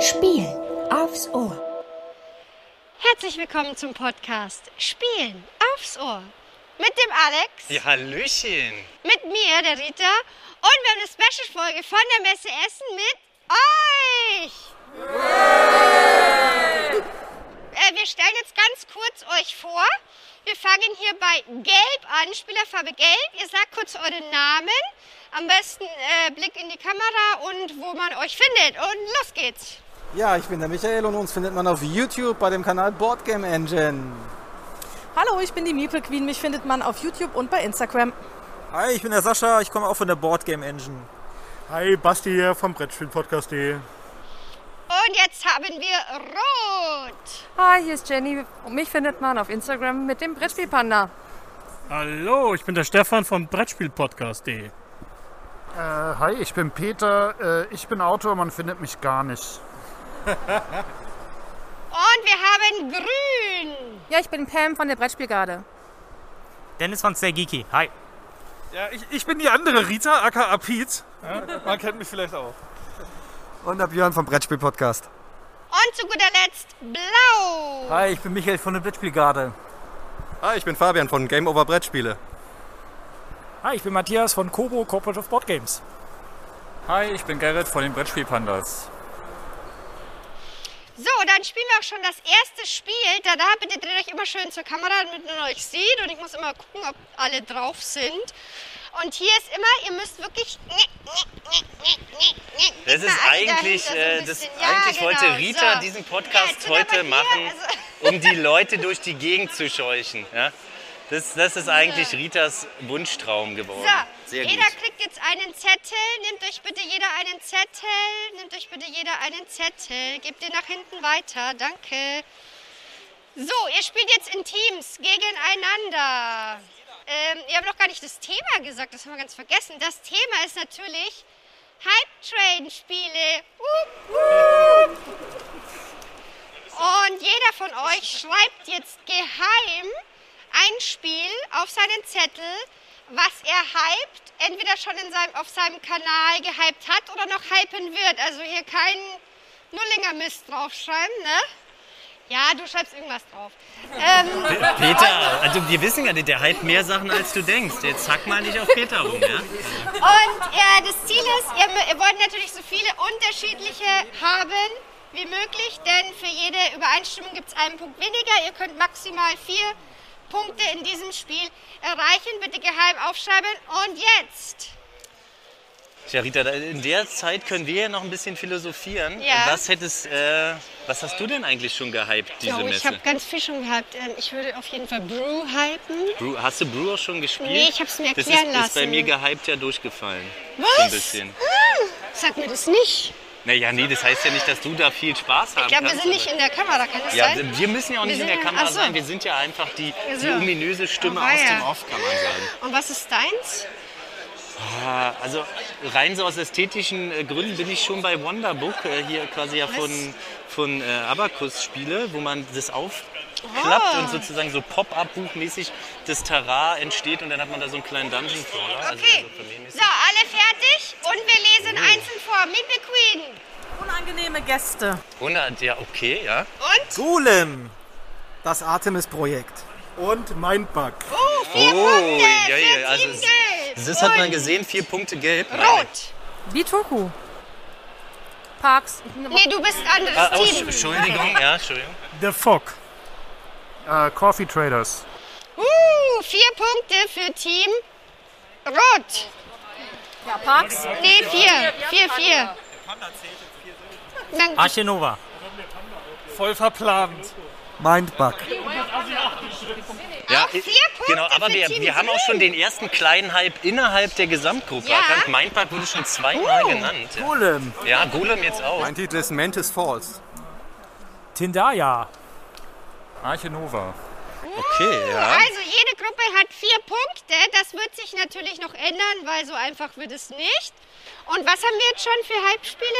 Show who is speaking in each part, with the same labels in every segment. Speaker 1: Spiel aufs Ohr.
Speaker 2: Herzlich willkommen zum Podcast Spielen aufs Ohr. Mit dem Alex,
Speaker 3: Ja, Hallöchen.
Speaker 2: mit mir, der Rita, und wir haben eine Special-Folge von der Messe Essen mit euch. Äh, wir stellen jetzt ganz kurz euch vor. Wir fangen hier bei Gelb an, Spielerfarbe Gelb. Ihr sagt kurz euren Namen, am besten äh, Blick in die Kamera und wo man euch findet. Und los geht's.
Speaker 4: Ja, ich bin der Michael und uns findet man auf YouTube bei dem Kanal Board Game Engine.
Speaker 5: Hallo, ich bin die Meeple Queen. Mich findet man auf YouTube und bei Instagram.
Speaker 6: Hi, ich bin der Sascha, ich komme auch von der Board Game Engine.
Speaker 7: Hi, Basti hier vom Brettspielpodcast.de.
Speaker 2: Und jetzt haben wir Rot.
Speaker 8: Hi, hier ist Jenny und mich findet man auf Instagram mit dem Brettspielpanda.
Speaker 9: Hallo, ich bin der Stefan vom Brettspielpodcast.de.
Speaker 7: Äh, hi, ich bin Peter. Äh, ich bin Autor, man findet mich gar nicht.
Speaker 2: Und wir haben grün.
Speaker 8: Ja, ich bin Pam von der Brettspielgarde.
Speaker 6: Dennis von Stay Geeky. Hi.
Speaker 10: Ja, ich, ich bin die andere Rita, aka Piet. Ja, man kennt mich vielleicht auch.
Speaker 6: Und der Björn vom Brettspielpodcast.
Speaker 2: Und zu guter Letzt blau.
Speaker 6: Hi, ich bin Michael von der Brettspielgarde.
Speaker 4: Hi, Ah, ich bin Fabian von Game Over Brettspiele.
Speaker 6: Hi, ich bin Matthias von Kobo Cooperative Board Games.
Speaker 10: Hi, ich bin Gerrit von den Brettspielpandas.
Speaker 2: So, dann spielen wir auch schon das erste Spiel. Da, da bitte dreht euch immer schön zur Kamera, damit man euch sieht. Und ich muss immer gucken, ob alle drauf sind. Und hier ist immer, ihr müsst wirklich.
Speaker 3: Das ist eigentlich,
Speaker 2: Also
Speaker 3: äh, das, eigentlich
Speaker 2: genau,
Speaker 3: wollte Rita diesen Podcast heute machen,
Speaker 2: also-
Speaker 3: um die Leute durch die Gegend zu scheuchen. Ja? Das, das ist eigentlich Ritas Wunschtraum geworden.
Speaker 2: So, jeder kriegt jetzt einen Zettel. Nehmt euch bitte jeder einen Zettel. Nehmt euch bitte jeder einen Zettel. Gebt den nach hinten weiter. Danke. So, ihr spielt jetzt in Teams gegeneinander. Ähm, ihr habt noch gar nicht das Thema gesagt, das haben wir ganz vergessen. Das Thema ist natürlich Hype-Train-Spiele. Wup, wup. Und jeder von euch schreibt jetzt geheim ein Spiel auf seinen Zettel, was er hypt, entweder schon in seinem, auf seinem Kanal gehypt hat oder noch hypen wird. Also hier kein Nullinger Mist draufschreiben, ne? Ja, du schreibst irgendwas drauf. Ähm,
Speaker 3: Peter, also wir wissen ja, nicht, der hat mehr Sachen als du denkst. Jetzt hack mal nicht auf Peter rum, ja?
Speaker 2: Und äh, das Ziel ist, ihr, mö- ihr wollt natürlich so viele unterschiedliche haben wie möglich, denn für jede Übereinstimmung gibt es einen Punkt weniger. Ihr könnt maximal vier Punkte in diesem Spiel erreichen. Bitte geheim aufschreiben. Und jetzt.
Speaker 3: Tja, Rita, da- in der Zeit können wir ja noch ein bisschen philosophieren.
Speaker 2: Ja.
Speaker 3: Was hättest, äh, was hast du denn eigentlich schon gehypt, diese
Speaker 2: Oh, ich habe
Speaker 3: Messe?
Speaker 2: ganz viel schon gehabt. Ähm, Ich würde auf jeden Fall Brew hypen.
Speaker 3: Brew, hast du Brew auch schon gespielt?
Speaker 2: Nee, ich hab's mir
Speaker 3: das
Speaker 2: erklären
Speaker 3: ist, Das ist bei
Speaker 2: lassen.
Speaker 3: mir gehypt ja durchgefallen.
Speaker 2: Was?
Speaker 3: So ein bisschen.
Speaker 2: Hm, Sag mir das nicht.
Speaker 3: Naja, nee, das heißt ja nicht, dass du da viel Spaß haben
Speaker 2: Ich glaube, wir
Speaker 3: kannst.
Speaker 2: sind nicht in der Kamera, kann das
Speaker 3: ja,
Speaker 2: sein?
Speaker 3: wir müssen ja auch
Speaker 2: Wir
Speaker 3: nicht in
Speaker 2: sind
Speaker 3: der
Speaker 2: ja-
Speaker 3: Kamera
Speaker 2: ach so.
Speaker 3: sein. Wir sind ja einfach die,
Speaker 2: Ach so.
Speaker 3: die ominöse Stimme
Speaker 2: Oh,
Speaker 3: aus
Speaker 2: weia.
Speaker 3: dem Off, kann man sagen.
Speaker 2: Und was ist deins?
Speaker 3: Ah, Also rein so aus ästhetischen äh, Gründen bin ich schon bei Wonderbook, äh, hier quasi ja von, von äh, Abacus Spiele, wo man das aufklappt
Speaker 2: Ah.
Speaker 3: und sozusagen so Pop-up-Buchmäßig das Terrain entsteht und dann hat man da so einen kleinen Dungeon Crawler. Also
Speaker 2: Okay.
Speaker 3: so von dem ist- Hm.
Speaker 2: So, alle fertig und wir lesen einzeln vor. Miebe Queen.
Speaker 5: Unangenehme Gäste.
Speaker 3: 100, ja, okay, ja.
Speaker 2: Und?
Speaker 6: Golem.
Speaker 4: Das Artemis-Projekt.
Speaker 7: Und Mindbug.
Speaker 2: Oh, vier
Speaker 3: Oh,
Speaker 2: Punkte
Speaker 3: ja,
Speaker 2: für
Speaker 3: ja, also
Speaker 2: Team
Speaker 3: es-
Speaker 2: Gelb.
Speaker 3: Das hat man
Speaker 2: Und
Speaker 3: gesehen, vier Punkte gelb.
Speaker 2: Rot.
Speaker 8: Bitoku. Parks. Ich bin
Speaker 2: Nee, du bist ein anderes
Speaker 3: Ah, oh, Sch-
Speaker 2: Team.
Speaker 3: Entschuldigung, ja, Entschuldigung.
Speaker 9: The Fog.
Speaker 7: Äh, Coffee Traders.
Speaker 2: Uh, vier Punkte für Team Rot.
Speaker 8: ja, Parks.
Speaker 2: Nee, vier. Vier, vier. Dann
Speaker 6: Archenova.
Speaker 10: Voll verplant.
Speaker 6: Mindbug.
Speaker 3: Ja,
Speaker 2: Auch vier Punkte
Speaker 3: genau, aber
Speaker 2: für
Speaker 3: wir,
Speaker 2: Team
Speaker 3: wir haben auch schon den ersten kleinen Hype innerhalb der Gesamtgruppe
Speaker 2: Ja.
Speaker 3: erkannt. Mein Part wurde schon zweimal genannt. Ja.
Speaker 6: Golem.
Speaker 3: ja, Golem jetzt auch.
Speaker 4: Mein Titel ist Mantis Falls.
Speaker 6: Tindaya.
Speaker 10: Archenova.
Speaker 3: Okay, ja.
Speaker 2: Also jede Gruppe hat vier Punkte. Das wird sich natürlich noch ändern, weil so einfach wird es nicht. Und was haben wir jetzt schon für Halbspiele?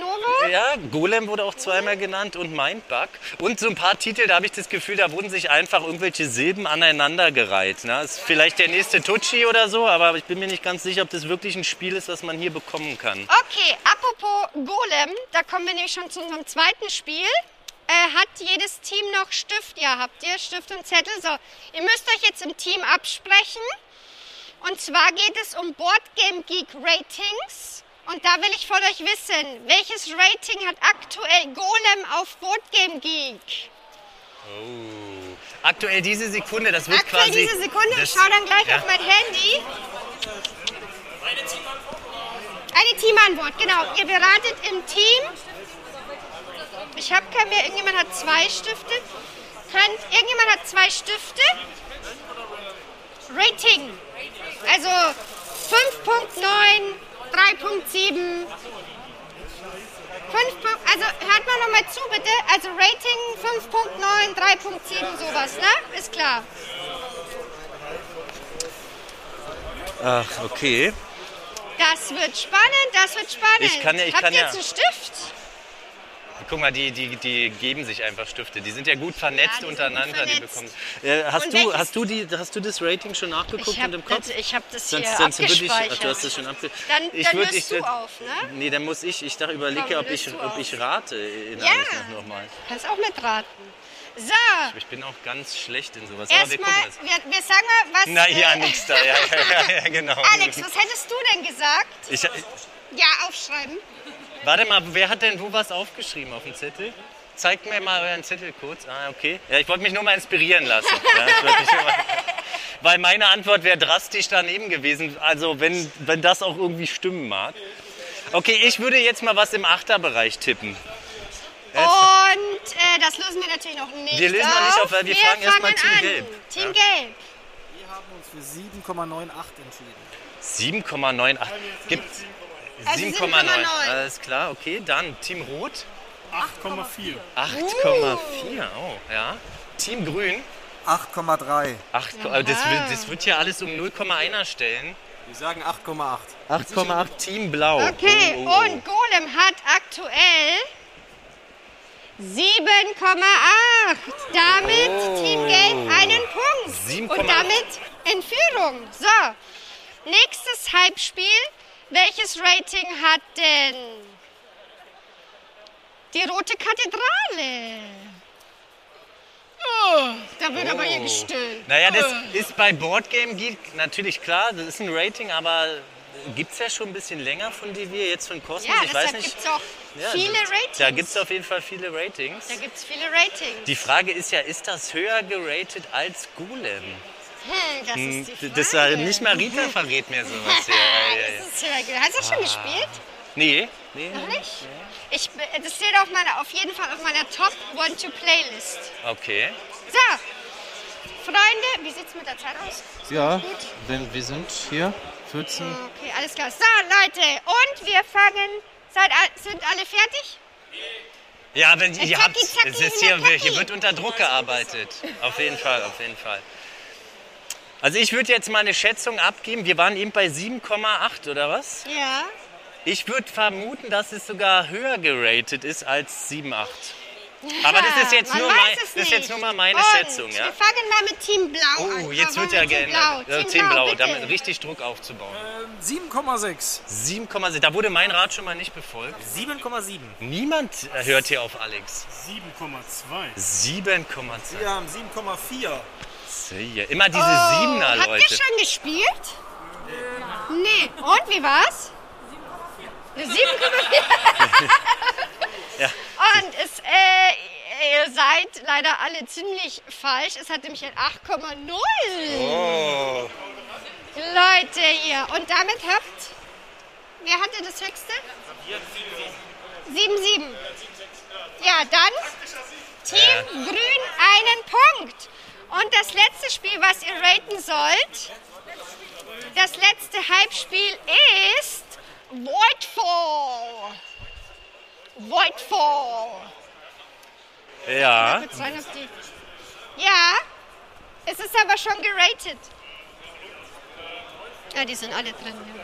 Speaker 2: Achenova?
Speaker 3: Ja, Golem wurde auch zweimal genannt und Mindbug. Und so ein paar Titel, da habe ich das Gefühl, da wurden sich einfach irgendwelche Silben aneinandergereiht. Ne? Ist vielleicht der nächste Tucci oder so, aber ich bin mir nicht ganz sicher, ob das wirklich ein Spiel ist, was man hier bekommen kann.
Speaker 2: Okay, Apo Apropos Golem, da kommen wir nämlich schon zu unserem zweiten Spiel. Äh, hat jedes Team noch Stift? Ja, habt ihr Stift und Zettel? So, ihr müsst euch jetzt im Team absprechen. Und zwar geht es um Board Game Geek Ratings. Und da will ich von euch wissen, welches Rating hat aktuell Golem auf Board Game Geek?
Speaker 3: Aktuell diese Sekunde, das wird
Speaker 2: Oh. Aktuell
Speaker 3: quasi.
Speaker 2: diese Sekunde,
Speaker 3: das,
Speaker 2: ich schaue dann gleich
Speaker 3: ja.
Speaker 2: auf mein Handy. Eine Teamantwort, genau. Ihr beratet im Team. Ich habe kein mehr. Irgendjemand hat zwei Stifte. Könnt, irgendjemand hat zwei Stifte. Rating. Also 5.9, 3.7. 5, Punkt- also hört mal nochmal zu, bitte. Also Rating 5.9, 3.7, sowas, ne? Ist klar.
Speaker 3: Ach, okay.
Speaker 2: Das wird spannend, das wird spannend.
Speaker 3: Ich kann ja- ich
Speaker 2: Habt
Speaker 3: kann
Speaker 2: ihr
Speaker 3: ja-
Speaker 2: jetzt einen Stift?
Speaker 3: Guck mal, die, die, die geben sich einfach Stifte. Die sind ja gut
Speaker 2: Ja,
Speaker 3: vernetzt
Speaker 2: die sind
Speaker 3: untereinander.
Speaker 2: gut
Speaker 3: Die bekommen,
Speaker 2: vernetzt.
Speaker 3: äh, hast,
Speaker 2: Und
Speaker 3: du,
Speaker 2: welches-
Speaker 3: hast, du die, hast du das Rating schon nachgeguckt
Speaker 2: Ich hab
Speaker 3: und im Kopf?
Speaker 2: das- ich hab das
Speaker 3: Sonst-
Speaker 2: hier
Speaker 3: sonst würd ich-
Speaker 2: abgespeichert.
Speaker 3: Ach, du hast das schon abge
Speaker 2: Dann-
Speaker 3: ich
Speaker 2: dann
Speaker 3: würd,
Speaker 2: löst
Speaker 3: ich
Speaker 2: du
Speaker 3: würd, Hm.
Speaker 2: auf, ne?
Speaker 3: Nee, dann muss ich. Ich da überlege,
Speaker 2: Komm,
Speaker 3: ob, ich,
Speaker 2: löst du
Speaker 3: ob
Speaker 2: auf.
Speaker 3: ich rate innerlich
Speaker 2: Ja.
Speaker 3: noch mal.
Speaker 2: Kannst auch mitraten. So,
Speaker 3: Ich bin auch ganz schlecht in sowas. Aber wir
Speaker 2: erstmal,
Speaker 3: gucken jetzt.
Speaker 2: wir, wir sagen mal, was.
Speaker 3: Na ja,
Speaker 2: äh,
Speaker 3: nix da. Ja, ja, ja, ja genau.
Speaker 2: Alex, was hättest du denn gesagt?
Speaker 3: Ich,
Speaker 2: Ja, aufschreiben.
Speaker 3: warte mal, wer hat denn wo was aufgeschrieben auf dem Zettel? Zeigt mir mal euren Zettel kurz. Ah, okay. Ja, ich wollte mich nur mal inspirieren lassen. Ja, ich wollte mich nur mal, weil meine Antwort wäre drastisch daneben gewesen. Also wenn, wenn das auch irgendwie stimmen mag. Okay, ich würde jetzt mal was im Achterbereich tippen.
Speaker 2: Und äh, das lösen wir natürlich noch nicht.
Speaker 3: Wir lösen noch nicht auf, weil wir fragen erst
Speaker 2: fangen
Speaker 3: mal Team
Speaker 2: an.
Speaker 3: Gelb.
Speaker 2: Team Gelb.
Speaker 4: Wir haben uns für 7,98 entschieden.
Speaker 3: 7,98. Gibt
Speaker 2: Also
Speaker 3: 7,9.
Speaker 2: 7,9.
Speaker 3: Alles klar, okay. Dann Team Rot.
Speaker 9: 8,4.
Speaker 3: 8,4. Oh, ja. Team Grün.
Speaker 11: 8,3.
Speaker 3: Ach, aber das wird, das wird ja alles um 0,1er stellen.
Speaker 4: Wir sagen 8,8.
Speaker 3: 8,8 Team Blau.
Speaker 2: Okay,
Speaker 3: Oh, oh, oh.
Speaker 2: und Golem hat aktuell 7,8. Damit
Speaker 3: Oh.
Speaker 2: Team Gelb einen Punkt.
Speaker 3: 7,8.
Speaker 2: Und damit in Führung. So, nächstes Halbspiel. Welches Rating hat denn die Rote Kathedrale? Oh, da wird aber hier gestöhnt.
Speaker 3: Naja, das
Speaker 2: Oh.
Speaker 3: ist bei Boardgame Geek natürlich klar, das ist ein Rating, aber gibt es ja schon ein bisschen länger von Devir, jetzt von Cosmos,
Speaker 2: ja,
Speaker 3: ich weiß
Speaker 2: deshalb
Speaker 3: nicht.
Speaker 2: gibt es auch
Speaker 3: Ja,
Speaker 2: viele
Speaker 3: das-
Speaker 2: Ratings.
Speaker 3: Da gibt es auf jeden Fall viele Ratings.
Speaker 2: Da gibt's viele Ratings.
Speaker 3: Die Frage ist ja, ist das höher geratet als Golem?
Speaker 2: Hm, das ist die Frage. Ah,
Speaker 3: Das war nicht mal Rita verrät mir sowas hier. Ja, ja, Ah, ja.
Speaker 2: Das ist sehr gut. Hast du das schon gespielt?
Speaker 3: Nee, nee.
Speaker 2: Noch nicht? Ich, be- das steht auf, meiner, auf jeden Fall auf meiner Top Want-to-Playlist.
Speaker 3: Okay.
Speaker 2: So, Freunde, wie sieht's mit der Zeit aus?
Speaker 12: Ja,
Speaker 2: Gut.
Speaker 12: denn wir sind hier 14.
Speaker 2: Okay, alles klar. So, Leute, und wir fangen. Seid, a- sind alle fertig?
Speaker 3: Ja, wenn
Speaker 2: Zacki,
Speaker 3: ihr habt,
Speaker 2: zacki,
Speaker 3: es ist hier,
Speaker 2: zacki.
Speaker 3: hier wird unter Druck gearbeitet. Auf jeden Fall, auf jeden Fall. Also ich würde jetzt mal eine Schätzung abgeben. Wir waren eben bei 7,8 oder was?
Speaker 2: Ja.
Speaker 3: Ich würde vermuten, dass es sogar höher geratet ist als 7,8. Aber das ist jetzt
Speaker 2: Man
Speaker 3: nur
Speaker 2: weiß
Speaker 3: mein-
Speaker 2: es
Speaker 3: das ist
Speaker 2: nicht.
Speaker 3: jetzt nur mal meine
Speaker 2: und
Speaker 3: Schätzung, ja?
Speaker 2: Wir fangen mal mit Team Blau an.
Speaker 3: Oh, jetzt
Speaker 2: Komm,
Speaker 3: wird
Speaker 2: wir
Speaker 3: ja
Speaker 2: mit Team
Speaker 3: geändert.
Speaker 2: Blau.
Speaker 3: Äh,
Speaker 2: Team,
Speaker 3: Team
Speaker 2: Blau,
Speaker 3: Blau,
Speaker 2: bitte.
Speaker 3: damit richtig Druck aufzubauen.
Speaker 6: 7,6.
Speaker 3: 7,6. Da wurde mein Rat schon mal nicht befolgt.
Speaker 9: 7,7.
Speaker 3: Niemand hört hier auf Alex.
Speaker 9: 7,2.
Speaker 3: 7,2.
Speaker 10: Wir haben 7,4.
Speaker 3: Sehr. Immer diese
Speaker 2: Oh,
Speaker 3: Siebener,
Speaker 2: Habt
Speaker 3: Leute.
Speaker 2: ihr schon gespielt? Nee. Und wie war's? Eine 7,4.
Speaker 3: Ja.
Speaker 2: Und es, äh, ihr seid leider alle ziemlich falsch. Es hat nämlich ein 8,0.
Speaker 3: Oh.
Speaker 2: Leute, ihr. Und damit habt. Wer hatte das höchste? 7,7. Ja, dann
Speaker 3: Äh.
Speaker 2: Team Grün einen Punkt. Und das letzte Spiel, was ihr raten sollt, das letzte Halbspiel ist Voidfall. Voidfall.
Speaker 3: Ja.
Speaker 2: Wird sein, ob die- Ja, es ist aber schon Ah, geratet. Ja, die sind alle drin. Ja.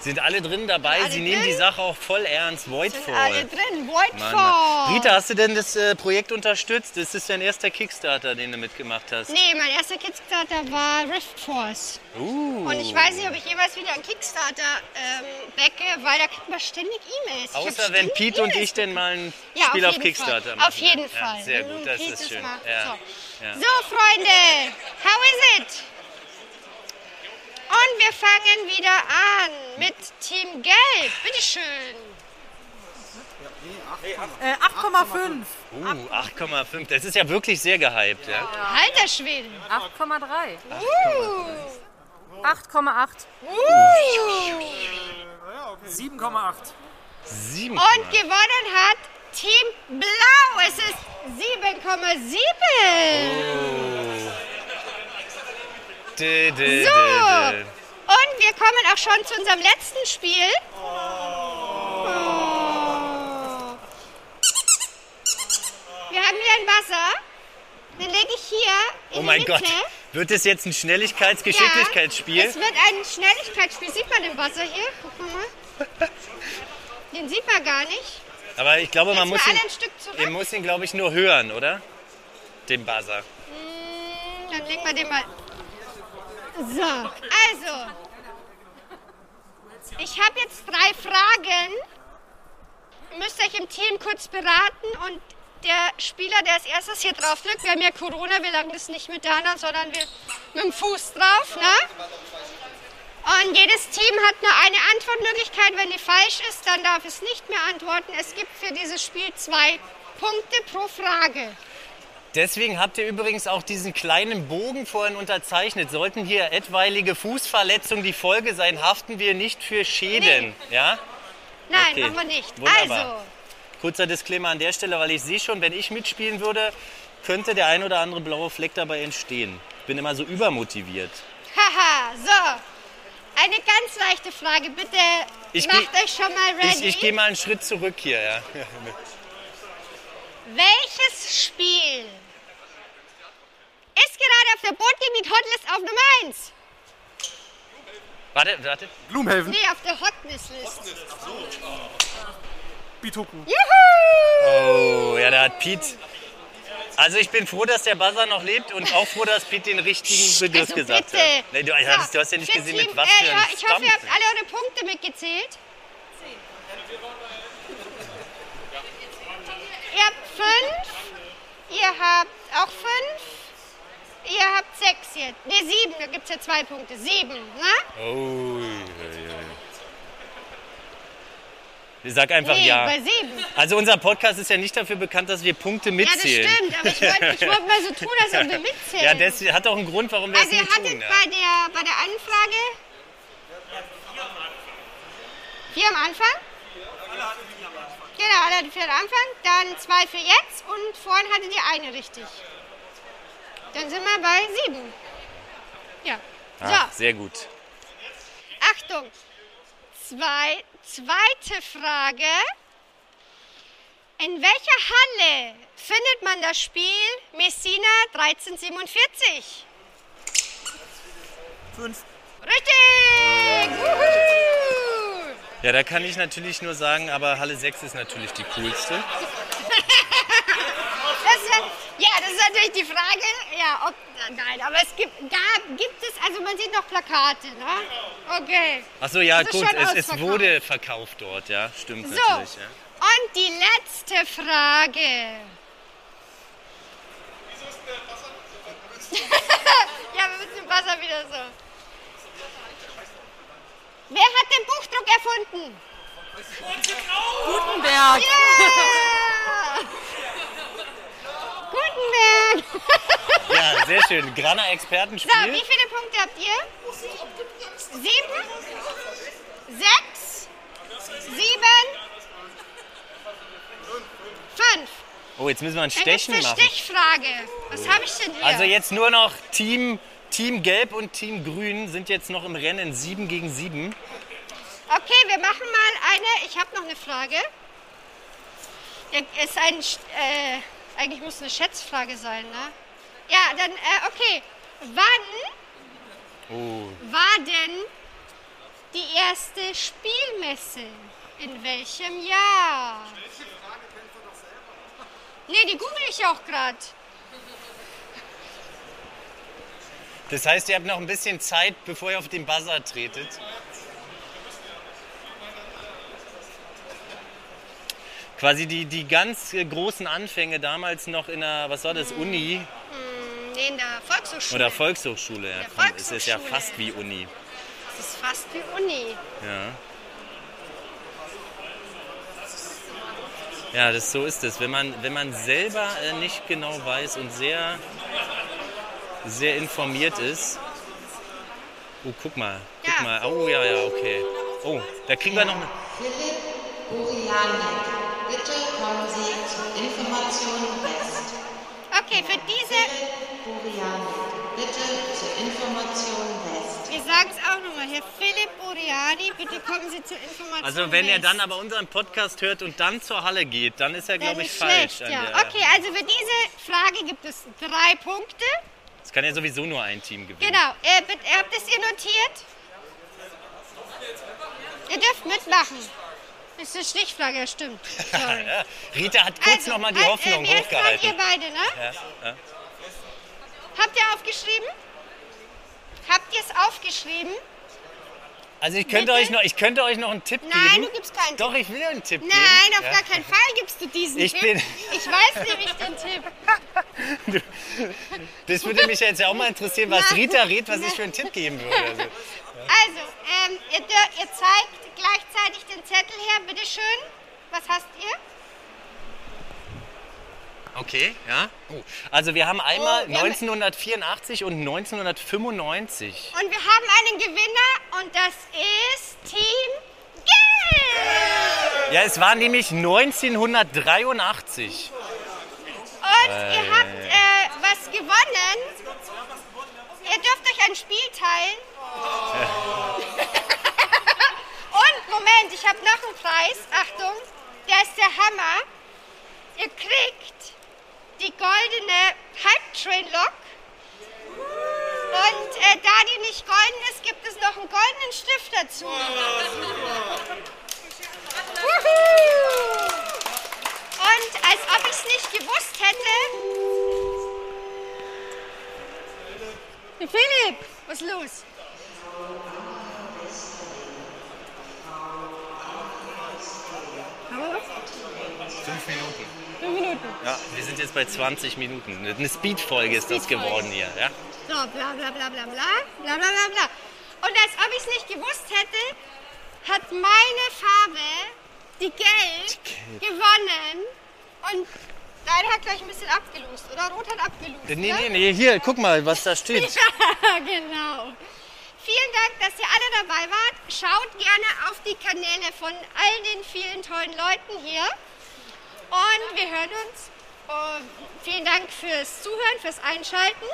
Speaker 3: Sind alle drin dabei,
Speaker 2: Sind alle
Speaker 3: sie nehmen die
Speaker 2: drin?
Speaker 3: Sache auch voll ernst. Voidfall.
Speaker 2: Alle drin,
Speaker 3: Mann, Mann.
Speaker 2: Voidfall.
Speaker 3: Rita, hast du denn das äh, Projekt unterstützt? Ist das dein erster Kickstarter, den du mitgemacht hast?
Speaker 2: Nee, mein erster Kickstarter war Rift Force.
Speaker 3: Uh.
Speaker 2: Und ich weiß nicht, ob ich jemals wieder einen Kickstarter ähm, backe, weil da kriegt man ständig E-Mails. Ich hab
Speaker 3: Außer wenn
Speaker 2: ständig
Speaker 3: Pete und
Speaker 2: E-Mails
Speaker 3: ich denn mal ein
Speaker 2: Ja, auf
Speaker 3: Spiel auf,
Speaker 2: jeden
Speaker 3: Kickstarter
Speaker 2: Fall.
Speaker 3: machen.
Speaker 2: Auf jeden Fall.
Speaker 3: Ja, sehr
Speaker 2: Wenn
Speaker 3: gut,
Speaker 2: du
Speaker 3: das
Speaker 2: Pete
Speaker 3: ist
Speaker 2: das
Speaker 3: schön.
Speaker 2: macht,
Speaker 3: Ja. Ja.
Speaker 2: So, Freunde, how is it? Und wir fangen wieder an mit Team Gelb. Bitteschön.
Speaker 5: Äh, 8,5.
Speaker 3: Uh, 8,5. Das ist ja wirklich sehr gehypt. Ja.
Speaker 2: Alter Schwede.
Speaker 8: 8,3.
Speaker 2: Uh.
Speaker 8: 8,8.
Speaker 2: Uh.
Speaker 10: 7,8.
Speaker 3: 7.
Speaker 2: Und gewonnen hat Team Blau. Es ist 7,7.
Speaker 3: Dö, dö,
Speaker 2: So.
Speaker 3: dö, dö.
Speaker 2: Und wir kommen auch schon zu unserem letzten Spiel. Oh. Wir haben hier ein Wasser. Den lege ich hier in
Speaker 3: Oh
Speaker 2: die
Speaker 3: mein
Speaker 2: Mitte.
Speaker 3: Gott. Wird das jetzt ein
Speaker 2: Ja,
Speaker 3: Schnelligkeits-Geschicklichkeitsspiel?
Speaker 2: es wird ein Schnelligkeitsspiel. Sieht man den Wasser hier? Guck mal. Den sieht man gar nicht.
Speaker 3: Aber ich glaube, man
Speaker 2: Jetzt
Speaker 3: muss
Speaker 2: mal
Speaker 3: ihn,
Speaker 2: alle ein Stück zurück.
Speaker 3: man muss ihn, glaube ich, nur hören, oder? Den Buzzer.
Speaker 2: Mm, Dann legen wir den mal. So, also. Ich habe jetzt drei Fragen. Müsst euch im Team kurz beraten und der Spieler, der als erstes hier drauf drückt, wir haben ja Corona, wir lagen das nicht mit der Hand, an, sondern wir mit dem Fuß drauf, ne? Und jedes Team hat nur eine Antwortmöglichkeit. Wenn die falsch ist, dann darf es nicht mehr antworten. Es gibt für dieses Spiel zwei Punkte pro Frage.
Speaker 3: Deswegen habt ihr übrigens auch diesen kleinen Bogen vorhin unterzeichnet. Sollten hier etwaige Fußverletzungen die Folge sein, haften wir nicht für Schäden. Ja?
Speaker 2: Nein,
Speaker 3: Okay.
Speaker 2: machen wir nicht.
Speaker 3: Wunderbar.
Speaker 2: Also.
Speaker 3: Kurzer Disclaimer an der Stelle, weil ich sehe schon, wenn ich mitspielen würde, könnte der ein oder andere blaue Fleck dabei entstehen. Ich bin immer so übermotiviert.
Speaker 2: Haha, so. Eine ganz leichte Frage, bitte.
Speaker 3: Ich
Speaker 2: macht
Speaker 3: geh-
Speaker 2: euch schon mal
Speaker 3: Ich,
Speaker 2: ready.
Speaker 3: ich gehe mal einen Schritt zurück hier. Ja.
Speaker 2: Welches Spiel ist gerade auf der Board Game Meet Hotlist auf Nummer 1?
Speaker 3: Warte, warte.
Speaker 7: Gloomhaven.
Speaker 2: Nee, auf der Hotness List.
Speaker 10: Bitoku.
Speaker 2: Juhu!
Speaker 3: Oh, ja, da hat Pete. Also ich bin froh, dass der Buzzer noch lebt und auch froh, dass Pete den richtigen Begriff
Speaker 2: also
Speaker 3: gesagt
Speaker 2: bitte.
Speaker 3: hat. Nee, du, hast, du hast ja nicht
Speaker 2: Für
Speaker 3: gesehen,
Speaker 2: Team-
Speaker 3: mit was
Speaker 2: äh,
Speaker 3: für
Speaker 2: ja,
Speaker 3: einem
Speaker 2: Ich hoffe, ihr habt
Speaker 3: Stumpf.
Speaker 2: alle eure Punkte mitgezählt. Ihr habt fünf. Ihr habt auch fünf. Ihr habt sechs jetzt. Ne, sieben. Da gibt es ja zwei Punkte. Sieben, ne?
Speaker 3: Oh, ja, ja, ja. Sag einfach
Speaker 2: Nee,
Speaker 3: ja.
Speaker 2: bei sieben.
Speaker 3: Also unser Podcast ist ja nicht dafür bekannt, dass wir Punkte mitzählen.
Speaker 2: Ja, das stimmt. Aber ich wollte ich wollte mal so tun, als ob wir mitzählen.
Speaker 3: Ja, das hat auch einen Grund, warum wir
Speaker 2: also
Speaker 3: es
Speaker 2: ihr
Speaker 3: nicht
Speaker 2: hattet
Speaker 3: tun.
Speaker 2: bei, der, bei der Anfrage... Vier am Anfang? Genau, alle hatten vier am Anfang, dann zwei für jetzt und vorhin hattet ihr eine richtig. Dann sind wir bei sieben. Ja.
Speaker 3: Ja.
Speaker 2: so.
Speaker 3: Ah, sehr gut.
Speaker 2: Achtung! Zwei, zweite Frage. In welcher Halle findet man das Spiel Messina 1347?
Speaker 10: Fünf.
Speaker 2: Richtig! Wuhu!
Speaker 3: Ja, da kann ich natürlich nur sagen, aber Halle 6 ist natürlich die coolste.
Speaker 2: Das ist, ja, das ist natürlich die Frage. Ja, ob, nein, aber es gibt, gab, gibt es, also man sieht noch Plakate, ne?
Speaker 3: Genau.
Speaker 2: Okay.
Speaker 3: Achso, ja,
Speaker 2: Das ist
Speaker 3: gut,
Speaker 2: schon
Speaker 3: es, es
Speaker 2: ausverkauft.
Speaker 3: wurde verkauft dort, ja, stimmt
Speaker 2: So,
Speaker 3: natürlich. Ja.
Speaker 2: und die letzte Frage. ja, wir müssen im Wasser wieder so. Wer hat den Buchdruck erfunden?
Speaker 5: Gutenberg.
Speaker 2: Ja! Ah! Gutenberg!
Speaker 3: Ja, sehr schön. Grana
Speaker 2: So,
Speaker 3: Expertenspiel.
Speaker 2: wie viele Punkte habt ihr? Sieben? Sechs? Sieben? Fünf.
Speaker 3: Oh, jetzt müssen wir ein
Speaker 2: Dann gibt's
Speaker 3: Stechen
Speaker 2: eine
Speaker 3: machen.
Speaker 2: Stichfrage. Was habe ich denn hier?
Speaker 3: Also jetzt nur noch Team, Team Gelb und Team Grün sind jetzt noch im Rennen 7 gegen 7.
Speaker 2: Okay, wir machen mal eine. Ich habe noch eine Frage. Ja, Ist ein. Sch- Äh, eigentlich muss eine Schätzfrage sein, ne? Ja, dann, äh, okay. Wann
Speaker 3: Oh,
Speaker 2: war denn die erste Spielmesse? In welchem Jahr? Nee, die google ich auch gerade.
Speaker 3: Das heißt, ihr habt noch ein bisschen Zeit, bevor ihr auf den Buzzer tretet. Quasi die, die ganz äh, großen Anfänge damals noch in der, was war das, Uni
Speaker 2: Hm, nee, in der Volkshochschule.
Speaker 3: oder Volkshochschule. Ja,
Speaker 2: Der
Speaker 3: komm, es ist ja
Speaker 2: Volkshochschule.
Speaker 3: fast wie Uni.
Speaker 2: Das ist fast wie Uni.
Speaker 3: Ja. Ja, das, so ist es. Wenn man, wenn man selber äh, nicht genau weiß und sehr, sehr informiert ist. Oh, guck mal. Guck
Speaker 2: Ja.
Speaker 3: mal. Oh, ja, ja, okay. Oh, da kriegen wir noch eine.
Speaker 11: Philipp Burianik, bitte kommen Sie zur Information West.
Speaker 2: Okay, für diese.
Speaker 11: Burianik, bitte zur Information West.
Speaker 2: Wir sagen es auch nochmal hier. Philipp Oriani, bitte kommen Sie zur Information.
Speaker 3: Also, wenn er
Speaker 2: er
Speaker 3: dann aber unseren Podcast hört und dann zur Halle geht, dann ist er, glaube ich, falsch.
Speaker 2: schlecht,
Speaker 3: an
Speaker 2: ja.
Speaker 3: der-
Speaker 2: Okay, also für diese Frage gibt es drei Punkte.
Speaker 3: Das kann ja sowieso nur ein Team gewinnen.
Speaker 2: Genau. Äh, bitte, habt es ihr notiert? Ihr dürft mitmachen. Das ist eine Stichfrage, ja stimmt. Sorry.
Speaker 3: Rita hat kurz noch nochmal die Hoffnung
Speaker 2: also- äh, erst waren ihr
Speaker 3: hochgehalten.
Speaker 2: beide, ne?
Speaker 3: Ja, ja.
Speaker 2: Habt ihr aufgeschrieben? Habt ihr es aufgeschrieben?
Speaker 3: Mhm. Also ich könnte, euch noch, ich könnte euch noch einen Tipp geben.
Speaker 2: Nein, du gibst keinen
Speaker 3: Doch, ich will einen Tipp geben.
Speaker 2: Nein, auf
Speaker 3: Ja.
Speaker 2: gar keinen Fall gibst du diesen
Speaker 3: Ich
Speaker 2: Tipp.
Speaker 3: bin-
Speaker 2: ich weiß nämlich den Tipp.
Speaker 3: Das würde mich jetzt ja auch mal interessieren, was
Speaker 2: Nein.
Speaker 3: Rita rät, was ich
Speaker 2: Nein.
Speaker 3: für einen Tipp geben würde. Also,
Speaker 2: Also, ähm, ihr, dür- ihr zeigt gleichzeitig den Zettel her, bitteschön. Was hast ihr?
Speaker 3: okay, ja. Oh. Also wir haben einmal
Speaker 2: Oh, wir haben-
Speaker 3: 1984 und 1995.
Speaker 2: Und wir haben einen Gewinner und das ist Team Gelb.
Speaker 3: Ja, es war nämlich 1983.
Speaker 2: Und
Speaker 3: Ei.
Speaker 2: ihr habt äh, was gewonnen. Ihr dürft euch ein Spiel teilen. Und Moment, ich habe noch einen Preis. Achtung, der ist der Hammer. Ihr kriegt die goldene Halbtrain-Lok. Und äh, da die nicht golden ist, gibt es noch einen goldenen Stift dazu. Wuhu! Und als ob ich es nicht gewusst hätte. Philipp, was ist los? Hallo?
Speaker 3: Fünf Minuten.
Speaker 2: Fünf Minuten.
Speaker 3: Ja, wir sind jetzt bei 20 Minuten. Eine Speedfolge ist das
Speaker 2: Speedfolge.
Speaker 3: geworden hier. Ja?
Speaker 2: So, bla bla bla bla bla, bla bla bla bla. Und als ob ich es nicht gewusst hätte, hat meine Farbe, die Gelb, gewonnen. Und deine hat gleich ein bisschen abgelost, oder? Rot hat abgelost.
Speaker 3: Äh, Nee,
Speaker 2: ne?
Speaker 3: nee, nee, hier, guck mal, was da steht.
Speaker 2: Ja, genau. Vielen Dank, dass ihr alle dabei wart. Schaut gerne auf die Kanäle von all den vielen tollen Leuten hier. Und wir hören uns. Und vielen Dank fürs Zuhören, fürs Einschalten.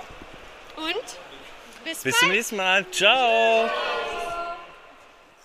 Speaker 2: Und bis,
Speaker 3: Bis
Speaker 2: bald.
Speaker 3: zum nächsten Mal. Ciao.